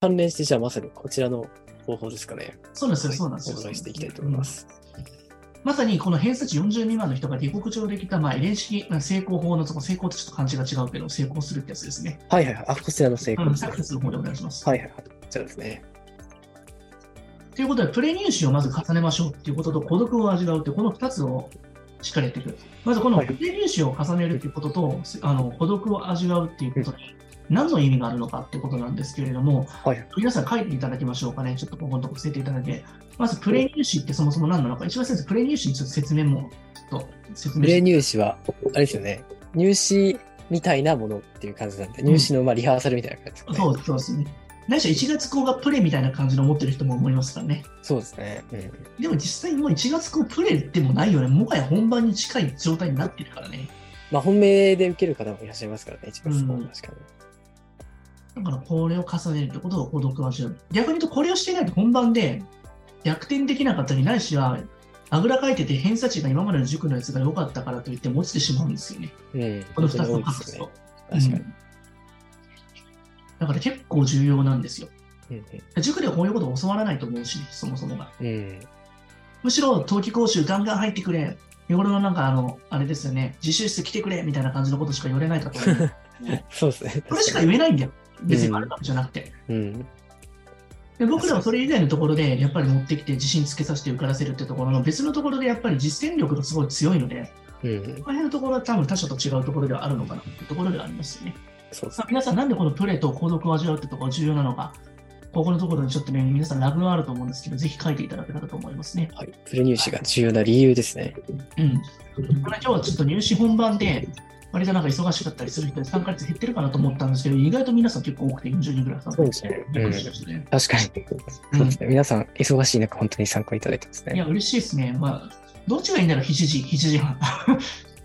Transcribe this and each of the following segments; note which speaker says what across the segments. Speaker 1: 関連して、じゃあまさにこちらの方法ですかね。
Speaker 2: そうなんですよ、そうなんです
Speaker 1: お
Speaker 2: よ。
Speaker 1: 伺いしていきたいと思います。
Speaker 2: まさにこの偏差値40未満の人が下克上できた、まあ、遺伝式成功法のその成功とちょっと漢字が違うけど、成功するってやつですね。
Speaker 1: はいはいはい。あ、こちらの成
Speaker 2: あ
Speaker 1: 功
Speaker 2: の
Speaker 1: です
Speaker 2: サ
Speaker 1: ね
Speaker 2: ク。セスの方でお願いします。
Speaker 1: はいはいはい。こちらですね。
Speaker 2: ということで、プレ入試をまず重ねましょうっていうことと、孤独を味わうっていうこの2つをしっかりやっていく。まずこの
Speaker 1: はい
Speaker 2: プレ入試を重ねるっていうことと、あの孤独を味わうっていうことに、何の意味があるのかってことなんですけれども、
Speaker 1: はいはい。
Speaker 2: 皆さん書いていただきましょうかね。ちょっとここのとこ教えていただいて。まず、プレ入試ってそもそも何なのか。石橋先生、プレ入試にちょっと説明も、ちょっと説
Speaker 1: プ
Speaker 2: 明し
Speaker 1: レ
Speaker 2: て。
Speaker 1: 入試は、あれですよね。入試みたいなものっていう感じなんで、入試のまあリハーサルみたいな感じですかね。
Speaker 2: そうそうですね。ないしは1月号がプレみたいな感じの思ってる人も思いますからね。
Speaker 1: そうですね。うん。
Speaker 2: でも実際もう1月号プレでもないよね。もはや本番に近い状態になってるからね。
Speaker 1: まあ、本命で受ける方もいらっしゃいますからね、一番そう
Speaker 2: うん
Speaker 1: 確かに。
Speaker 2: だからこれを重ねるってことを孤独は味わう。逆に言うとこれをしていないと本番で逆転できなかったり、ないしはあぐらかいてて偏差値が今までの塾のやつが良かったからといっても落ちてしまうんですよね。
Speaker 1: うん。
Speaker 2: この2つの
Speaker 1: 本当
Speaker 2: パ
Speaker 1: に多いで
Speaker 2: ー
Speaker 1: す
Speaker 2: ツ
Speaker 1: よ
Speaker 2: と
Speaker 1: ね。。確か
Speaker 2: うんだから結構重要なんですよ。
Speaker 1: に。
Speaker 2: 塾ではこういうこと教わらないと思うし、そもそもが。
Speaker 1: うん。うん。
Speaker 2: むしろ冬季講習ガンガン入ってくれ。日頃のなんかあの、あれですよね、自習室来てくれみたいな感じのことしか言われない かと思う。
Speaker 1: そうですね。
Speaker 2: それしか
Speaker 1: 確
Speaker 2: 言えないんだよ。
Speaker 1: う
Speaker 2: 別
Speaker 1: ん
Speaker 2: にあるかもじゃなくて。
Speaker 1: にうん。
Speaker 2: で僕らはそれ以外のところで、やっぱり持ってきて自信つけさせて受からせるってところの別のところでやっぱり実践力がすごい強いので、
Speaker 1: うん。
Speaker 2: この辺のところは多分他者と違うところではあるのかなっていうところではありますよね。
Speaker 1: そうです
Speaker 2: さあ皆さんなんでこのプレーと孤独を味わうってところが重要なのか、ここのところにちょっとね、皆さんラグがあると思うんですけど、ぜひ書いていただけたらと思いますね。
Speaker 1: はい。プレ入試が重要な理由ですね。
Speaker 2: うん。これ今日はちょっと入試本番で、割となんか忙しかったりする人で3ヶ月減ってるかなと思ったんですけど、意外と皆さん結構多くて40人ぐらい参加し
Speaker 1: そ
Speaker 2: て
Speaker 1: うですね
Speaker 2: びっくりしましたね。
Speaker 1: 確かに。そうですね。皆さん、忙しい中、本当に参加いただいてます
Speaker 2: いや、
Speaker 1: ね。
Speaker 2: 嬉しいですね。まあ、どっちがいいんだろう、7時、7時 半。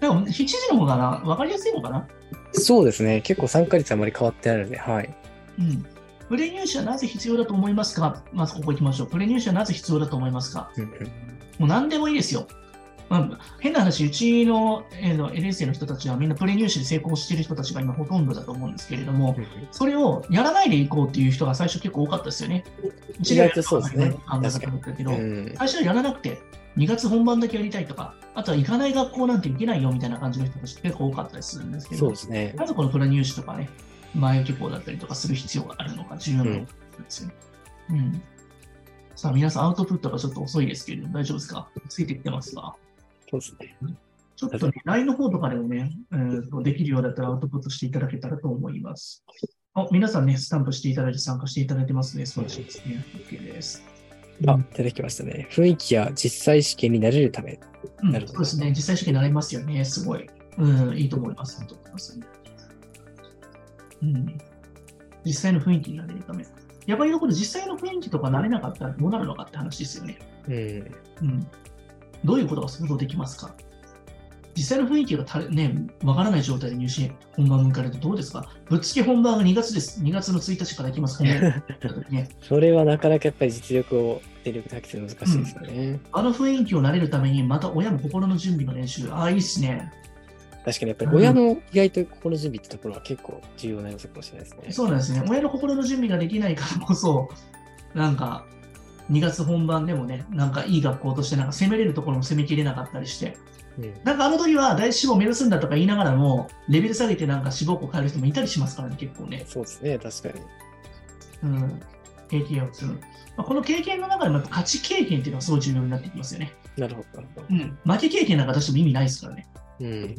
Speaker 2: でも、7時の方がな、分かりやすいのかな。
Speaker 1: そうですね。結構参加率あまり変わってないので、はい。
Speaker 2: うん。プレ入試はなぜ必要だと思いますかまずここ行きましょう。プレ入試はなぜ必要だと思いますか
Speaker 1: うんうん
Speaker 2: もう何でもいいですよ。まあ、変な話、うちの,、えーの NSA の人たちはみんなプレ入試で成功している人たちが今ほとんどだと思うんですけれども、それをやらないでいこうっていう人が最初結構多かったですよね。
Speaker 1: 意外とそうですね
Speaker 2: あんな方だったけど、
Speaker 1: うん。
Speaker 2: 最初はやらなくて、2月本番だけやりたいとか、あとは行かない学校なんて行けないよみたいな感じの人たち結構多かったりするんですけ
Speaker 1: そう
Speaker 2: ど
Speaker 1: で、すね。
Speaker 2: まずこのプラ入試とかね、前置き校だったりとかする必要があるのか重要なのかですよね。うん。さあ、皆さんアウトプットがちょっと遅いですけれども、大丈夫ですかついてきてますか
Speaker 1: そうですね。
Speaker 2: ちょっとね、LINE の方とかでもね、えーとできるようだったらアウトプットしていただけたらと思います。あ皆さんね、スタンプしていただいて参加していただいてますね。素晴らしいですね。OK です。
Speaker 1: あ、いただきましたね。雰囲気や実際試験に慣れるため。
Speaker 2: うん
Speaker 1: なるほ
Speaker 2: そ
Speaker 1: ど
Speaker 2: うですね。実際試験になりますよね。すごい。うん、いいと思います。いいと思いますうん。実際の雰囲気になれるため。やっぱりこれ実際の雰囲気とか慣れなかったらどうなるのかって話ですよね。
Speaker 1: うん。
Speaker 2: うん。どういうことが想像できますか実際の雰囲気がたれね、わからない状態で入試本番を迎えるとどうですかぶっつけ本番が2月です。2月の1日から行きます。本番 ね、
Speaker 1: それはなかなかやっぱり実力を、実力発揮するの難しいですよね。
Speaker 2: あの雰囲気を慣れるために、また親も心の準備の練習。ああ、いいっすね。
Speaker 1: 確かにやっぱり親の意外と心の準備ってところは結構重要な要素かもしれないですね。
Speaker 2: そうなんですね。親の心の準備ができないからこそ、なんか、2月本番でもね、なんかいい学校として、なんか攻めれるところも攻めきれなかったりして、
Speaker 1: うん
Speaker 2: なんかあの時は第一志望目指すんだとか言いながらも、レベル下げてなんか志望校変える人もいたりしますからね、結構ね。
Speaker 1: そうですね、確かに。
Speaker 2: うん、経験を積む。まあ、この経験の中で、また勝ち経験っていうのがすごい重要になってきますよね。
Speaker 1: なるほど、なるほど。
Speaker 2: うん、負け経験なんか出しても意味ないですからね。
Speaker 1: うん。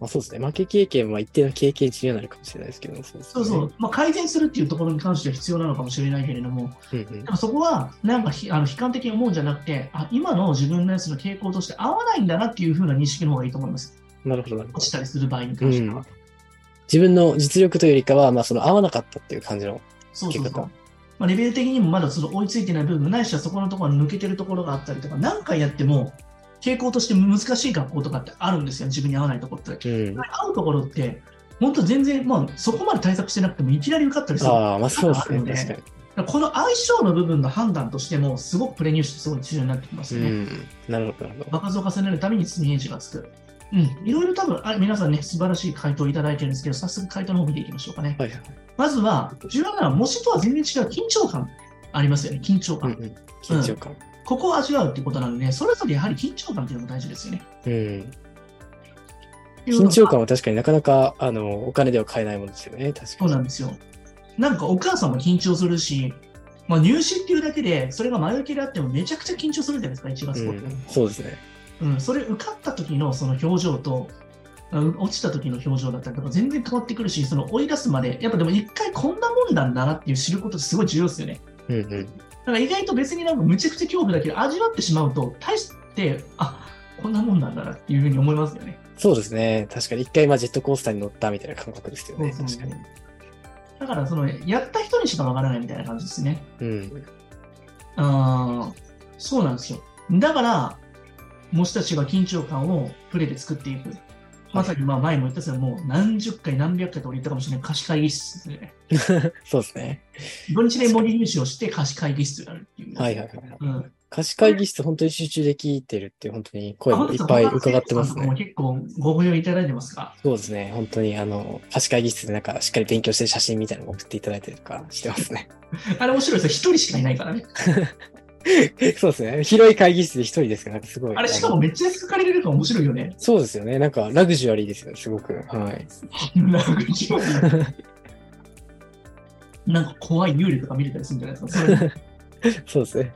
Speaker 1: まあ、そうですね、負け経験は一定の経験値にはなるかもしれないですけど、そうです
Speaker 2: そ
Speaker 1: ね。
Speaker 2: うそう、まあ、改善するっていうところに関しては必要なのかもしれないけれども、
Speaker 1: うんうん
Speaker 2: でもそこはなんかひあの悲観的に思うんじゃなくて、あ今の自分のやつの傾向として合わないんだなっていう風な認識の方がいいと思います。
Speaker 1: なるほど、なるほ
Speaker 2: 落
Speaker 1: ど
Speaker 2: ち。たりする場合に関しては。
Speaker 1: うん自分の実力というよりかは、まあ、その合わなかったっていう感じの。
Speaker 2: そうそう
Speaker 1: 聞き
Speaker 2: そ
Speaker 1: 方
Speaker 2: う。まあ、レベル的にもまだその追いついてない部分、ないしはそこのところに抜けてるところがあったりとか、何回やっても傾向として難しい学校とかってあるんですよ、自分に合わないところって。
Speaker 1: うん。
Speaker 2: 会うところって、本当全然、まあ、そこまで対策してなくてもいきなり受かったりする。だか
Speaker 1: ああ、まあそうです
Speaker 2: ある
Speaker 1: ね、
Speaker 2: ね
Speaker 1: 確かに。
Speaker 2: らこの相性の部分の判断としても、すごくプレ入試ってすごい重要になってきます
Speaker 1: う
Speaker 2: よね。
Speaker 1: ん。なるほど、なるほど。
Speaker 2: 場数を重ねるためにイメージがつく。うん、いろいろ多分あ皆さんね、素晴らしい回答をいただいてるんですけど、早速回答の方見ていきましょうかね。
Speaker 1: はいはい。
Speaker 2: まずは、重要なのは模試とは全然違う緊張感ありますよね、緊張
Speaker 1: うん
Speaker 2: 感。
Speaker 1: うん。緊張感。
Speaker 2: ここを味わうってことなので、それぞれやはり緊張感っていうのも大事ですよね。
Speaker 1: うん。緊張感は確かになかなか、あの、お金では買えないものですよね。確か
Speaker 2: そう
Speaker 1: に。
Speaker 2: なんですよ。なんかお母さんも緊張するし、まあ、入試っていうだけで、それが前受けであってもめちゃくちゃ緊張するじゃないですか、一月
Speaker 1: う
Speaker 2: 号って、
Speaker 1: ん、そうですね。
Speaker 2: うんそれ受かった時のその表情と、うん落ちた時の表情だったりとか全然変わってくるし、その追い出すまで、やっぱでも一回こんなもんなんだなっていう知ることってすごい重要ですよね。
Speaker 1: うんうん。
Speaker 2: だから意外と別になんかむちゃくちゃ恐怖だけど味わってしまうと、大して、あこんなもんなんだなっていうふうに思いますよね。
Speaker 1: そうですね。確かに。一回、まあ、ジェットコースターに乗ったみたいな感覚ですよね。
Speaker 2: そう
Speaker 1: 確
Speaker 2: そう
Speaker 1: かに。
Speaker 2: だからその、やった人にしかわからないみたいな感じですね。
Speaker 1: うん。
Speaker 2: あーそうなんですよ。だから、模試たちが緊張感をプレーで作っていく。まさにまあ前も言ったんですけど、もう何十回何百回と俺言ったかもしれない貸し会議室ですね。
Speaker 1: そうですね。
Speaker 2: 土日で模擬入試をして貸し会議室になるっていう。
Speaker 1: はいはいはいはい。
Speaker 2: うん、
Speaker 1: 貸し会議室、本当に集中できてるって、本当に声もいっぱい伺ってます
Speaker 2: あ
Speaker 1: ね
Speaker 2: 本。当ですか他の生徒さんとかも結構ごご用意いただいてますか
Speaker 1: そうですね。本当に、あの、貸し会議室でなんか、しっかり勉強してる写真みたいなのも送っていただいたりとかしてますね。
Speaker 2: あれ面白いですよ。一人しかいないからね。
Speaker 1: そうですね。広い会議室で一人ですから、なんかすごい。
Speaker 2: あれしかもめっちゃ安く借りれるから面白い よね。
Speaker 1: そうですよね。なんか、ラグジュアリーですよね、すごく。はい。
Speaker 2: なんか一応なんか怖い幽霊とか見れたりするんじゃないですか。それ
Speaker 1: そうですね。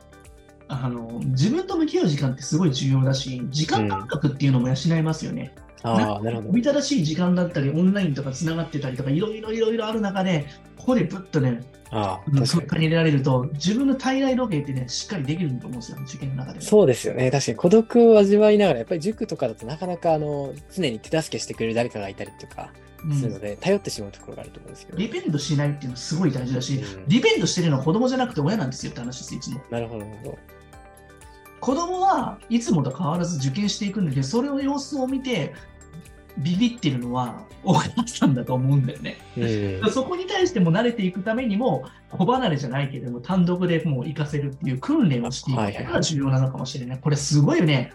Speaker 2: あの自分と向き合う時間ってすごい重要だし、時間感覚っていうのも養えますよね。
Speaker 1: ああ、なるほ
Speaker 2: おびただしい時間だったり、オンラインとかつながってたりとか、いろいろいろいろある中で、ここでぶっとね、
Speaker 1: ど。ああ、
Speaker 2: 空
Speaker 1: 確か
Speaker 2: 間
Speaker 1: に。
Speaker 2: に入れられると、自分の体内時計ってね、しっかりできると思うんですよ、受験の中で。
Speaker 1: そうですよね。確かに孤独を味わいながら、やっぱり塾とかだとなかなか、あの、常に手助けしてくれる誰かがいたりとか
Speaker 2: うん
Speaker 1: するので、頼ってしまうところがあると思うんですけど。
Speaker 2: リペンドしないっていうのはすごい大事だし、
Speaker 1: うん
Speaker 2: リペンドしてるのは子供じゃなくて親なんですよって話です、いつも。
Speaker 1: なるほど、なるほど。
Speaker 2: 子供はいつもと変わらず受験していくんだけど、それの様子を見て、ビビってるのはお母さんだと思うんだよね。
Speaker 1: うん
Speaker 2: だからそこに対しても慣れていくためにも、子離れじゃないけれども、単独でもう行かせるっていう訓練をしていくことが重要なのかもしれない。これすごいよね。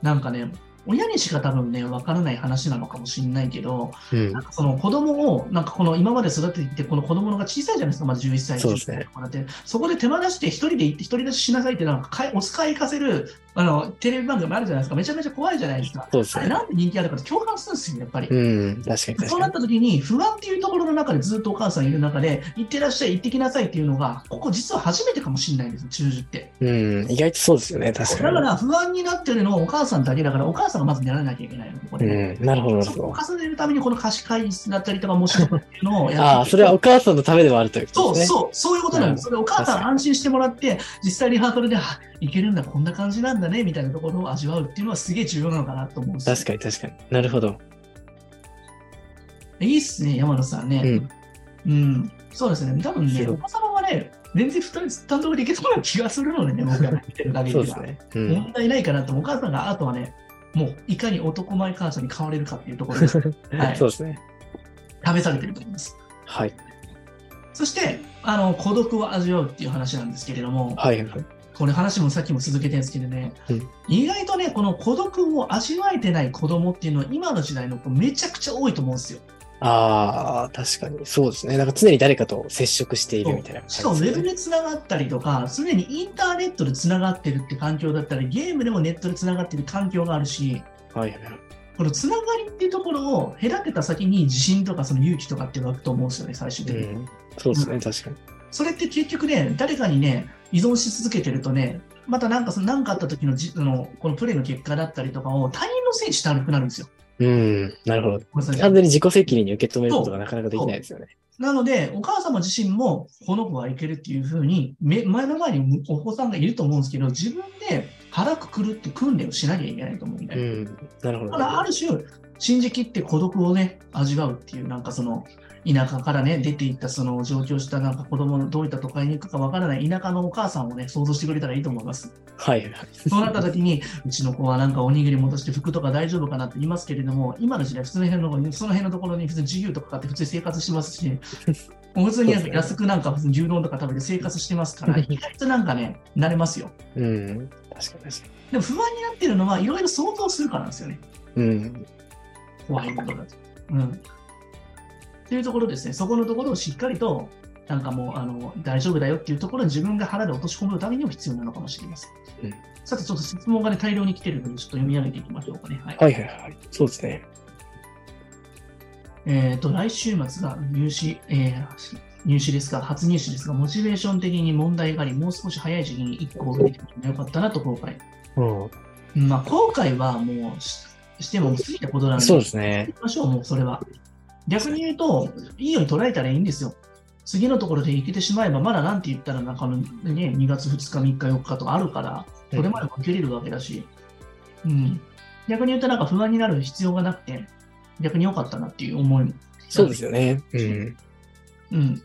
Speaker 2: なんかね、親にしか多分ね、わからない話なのかもしれないけど、
Speaker 1: うん
Speaker 2: なんかその子供を、なんかこの今まで育てていって、この子供のが小さいじゃないですか、まだ11歳、
Speaker 1: そうですね
Speaker 2: 11歳とかだって、そこで手放して一人で行って、独り立ちしなさいって、なんかかい、お使い行かせるあのテレビ番組もあるじゃないですか、めちゃめちゃ怖いじゃないですか。
Speaker 1: そうです
Speaker 2: あれ
Speaker 1: ね。
Speaker 2: なんで人気あるかって共感するんですよ、やっぱり。
Speaker 1: うん、確かに確
Speaker 2: そ
Speaker 1: か
Speaker 2: うな
Speaker 1: に
Speaker 2: っ。た時に、不安っていうところの中でずっとお母さんいる中で、行ってらっしゃい、行ってきなさいっていうのが、ここ実は初めてかもしれないんですよ、中受って。
Speaker 1: うん、意外とそうですよね、
Speaker 2: だ
Speaker 1: 確
Speaker 2: か
Speaker 1: かに。
Speaker 2: ら、不安になってるのはお母さんだけだから、お母さんがまずやらなきゃいけないの、ここで。
Speaker 1: うん、なるほど、なる
Speaker 2: そ
Speaker 1: ほ
Speaker 2: こを
Speaker 1: ど。
Speaker 2: 重ねるために、この貸し会議室だったりとか、もしとかっていうのをや
Speaker 1: ああ、それはお母さんのためでもあるというこ
Speaker 2: そ
Speaker 1: と
Speaker 2: う
Speaker 1: ですね。
Speaker 2: そう、そういうことなんです。それでお母さ
Speaker 1: 確
Speaker 2: ん
Speaker 1: か
Speaker 2: 安心してもらって、実際リハーサルで、あいけるんだ、こんな感じなんだね、みたいなところを味わうっていうのはすげえ重要なのかなと思うんですよ
Speaker 1: 確かに確かに。なるほど。
Speaker 2: いいっすね、山野さんね。
Speaker 1: うん。
Speaker 2: うん、そうですね、多分ね、
Speaker 1: そう
Speaker 2: お子様はね、全然2人単独でいけそうな気がするのでね、僕が見てる限
Speaker 1: そう
Speaker 2: り
Speaker 1: です
Speaker 2: は。
Speaker 1: ね。う
Speaker 2: 問
Speaker 1: ん。
Speaker 2: 題ないかなと、お母さんが、あとはね、もういかに男前母さんに変われるかっていうところ ではい
Speaker 1: そうですね。
Speaker 2: 試されてると思います。
Speaker 1: はい。
Speaker 2: そして、あの孤独を味わうっていう話なんですけれども、
Speaker 1: はいはい。
Speaker 2: これ話もさっきも続けてるんですけどね、
Speaker 1: うん
Speaker 2: 意外とね、この孤独を味わえてない子供っていうのは、今の時代の子、めちゃくちゃ多いと思うんですよ。
Speaker 1: ああ、確かに。そうですね。なんか常に誰かと接触しているみたいな感じ
Speaker 2: し
Speaker 1: です
Speaker 2: か
Speaker 1: ね。
Speaker 2: もウェブでつながったりとか、常にインターネットでつながってるって環境だったり、ゲームでもネットでつながってる環境があるし、
Speaker 1: はいはいはい。
Speaker 2: このつながりっていうところを隔てた先に自信とかその勇気とかって湧くと思うんですよね、最終的に。
Speaker 1: うん。そうですね、確かに。
Speaker 2: それって結局ね、誰かにね、依存し続けてるとね、またなんかその何かあった時のじあのこのプレーの結果だったりとかを他人のせいにしたくなるんですよ。
Speaker 1: うん。なるほど。
Speaker 2: ごめんなさい
Speaker 1: 完全に自己責任に受け止めることがなかなかできないですよね。
Speaker 2: なので、お母様自身もこの子はいけるっていうふうに、め前の前にお子さんがいると思うんですけど、自分で腹くくるって訓練をしなきゃいけないと思うんだ
Speaker 1: う
Speaker 2: よ。
Speaker 1: ん。なるほど。
Speaker 2: だからある種、信じ切って孤独をね、味わうっていう、なんかその、田舎からね、出ていった、その上京したなんか子供のどういった都会に行くかわからない田舎のお母さんをね、想像してくれたらいいと思います。
Speaker 1: はいはいはい。
Speaker 2: そうなった時に、うちの子はなんかおにぎり戻して服とか大丈夫かなって言いますけれども、今の時代、普通の辺の子その辺のところに普通に自由とか買って普通に生活してま すし、普通になんか安くなんか普通に牛丼とか食べて生活してま すから、意外となんかね、慣れますよ。
Speaker 1: うん。確かに確か
Speaker 2: でも不安になってるのは、いろいろ想像するからなんですよね。
Speaker 1: に。うん。
Speaker 2: 怖いことだと。うん。っていうところですね、そこのところをしっかりと、なんかもうあの大丈夫だよっていうところに自分が腹で落とし込むためにも必要なのかもしれません。
Speaker 1: うん
Speaker 2: さて、ちょっと質問が、ね、大量に来てるので、ちょっと読み上げていきましょうかね。はい
Speaker 1: はいはいはい。そうですね。
Speaker 2: えー、と来週末が入試、えー入試ですが、初入試ですが、モチベーション的に問題があり、もう少し早い時期に1個受けてもよかったなと後悔。
Speaker 1: うん。
Speaker 2: まあ、後悔はもうししても過ぎたことなんで、
Speaker 1: そうですね。
Speaker 2: ましょう、もうそれは。逆に言うと、いいように捉えたらいいんですよ。次のところで行けてしまえば、まだなんて言ったら、なんかのね、2月2日、3日、4日とあるから、これまでも受けれるわけだし、うん。逆に言うと、なんか不安になる必要がなくて、逆に良かったなっていう思いも。
Speaker 1: そうですよね。うん。
Speaker 2: うん。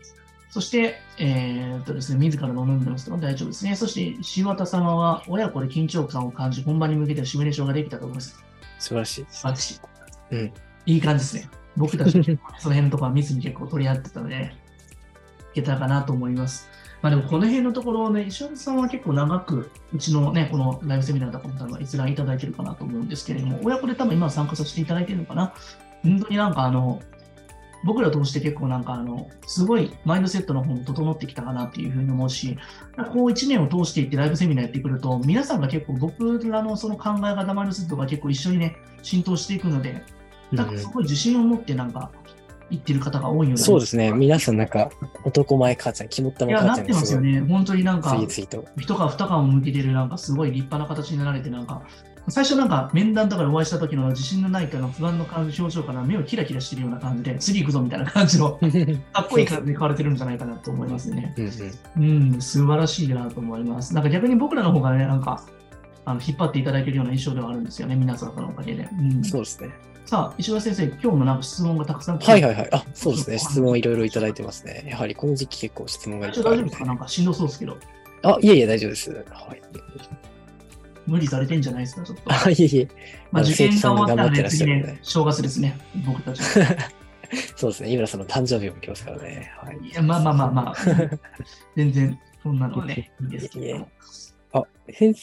Speaker 2: そして、えーっとですね、自らの飲んでますと大丈夫ですね。そして、柴田様は親子で緊張感を感じ、本番に向けてシミュレーションができたと思います。
Speaker 1: 素晴らしいです。
Speaker 2: 私、
Speaker 1: うん
Speaker 2: いい感じですね。僕たち、その辺のところは密に結構取り合ってたので、いけたかなと思います。まあでも、この辺のところをね、石原さんは結構長く、うちのね、このライブセミナーだとかも閲覧いただいてるかなと思うんですけれども、親子で多分今参加させていただいてるのかな。本当になんかあの、僕ら通して結構なんかあの、すごいマインドセットの方も整ってきたかなっていうふうに思うし、こう1年を通していってライブセミナーやってくると、皆さんが結構僕らのその考え方、マインドセットが結構一緒にね、浸透していくので、なんかすごい自信を持ってなんか言ってる方が多いような。
Speaker 1: そうですね。皆さんなんか、男前母ちゃん、肝っ
Speaker 2: い
Speaker 1: 玉
Speaker 2: や、
Speaker 1: 母
Speaker 2: な
Speaker 1: ちゃ
Speaker 2: っ
Speaker 1: ん
Speaker 2: てますよね。本当になんか、
Speaker 1: 次々と。
Speaker 2: 一皮二皮を向けてる、なんかすごい立派な形になられて、なんか、最初なんか面談とかでお会いした時の自信のないかの不安の感じ表情から目をキラキラしてるような感じで、次行くぞみたいな感じの、
Speaker 1: うん
Speaker 2: かっこいい感じで買われてるんじゃないかなと思いますね。
Speaker 1: うん。
Speaker 2: うん、素晴らしいなと思います。なんか逆に僕らの方がね、なんか、あの引っ張っていただけるような印象ではあるんですよね、皆さんのおかげで。うん、
Speaker 1: そうですね。
Speaker 2: さあ、石川先生、今日もなんか質問がたくさん来て
Speaker 1: はいはいはい。あ、そうですね。質問いろいろいただいてますね。やはりこの時期結構質問がい
Speaker 2: 大
Speaker 1: っ
Speaker 2: 丈
Speaker 1: ぱいあ
Speaker 2: 夫
Speaker 1: る
Speaker 2: ですかなんかしんどそうですけど、
Speaker 1: あ、いえいえ、大丈夫です。はい。
Speaker 2: 無理されてんじゃないですか、ちょっと。
Speaker 1: あ、いえいえ。
Speaker 2: まあ、
Speaker 1: あの
Speaker 2: 受験が終わっ
Speaker 1: 生徒さ
Speaker 2: たら
Speaker 1: んも頑張って
Speaker 2: ね、
Speaker 1: らっし
Speaker 2: 次
Speaker 1: ゃるんで
Speaker 2: ね、正月ですね、僕たち。
Speaker 1: そうですね。井村さんの誕生日も来ますからね。はい。
Speaker 2: いや、まあまあまあまあ、全然、そんなのはね、いいですけ
Speaker 1: いえ
Speaker 2: ど
Speaker 1: い
Speaker 2: も
Speaker 1: え。先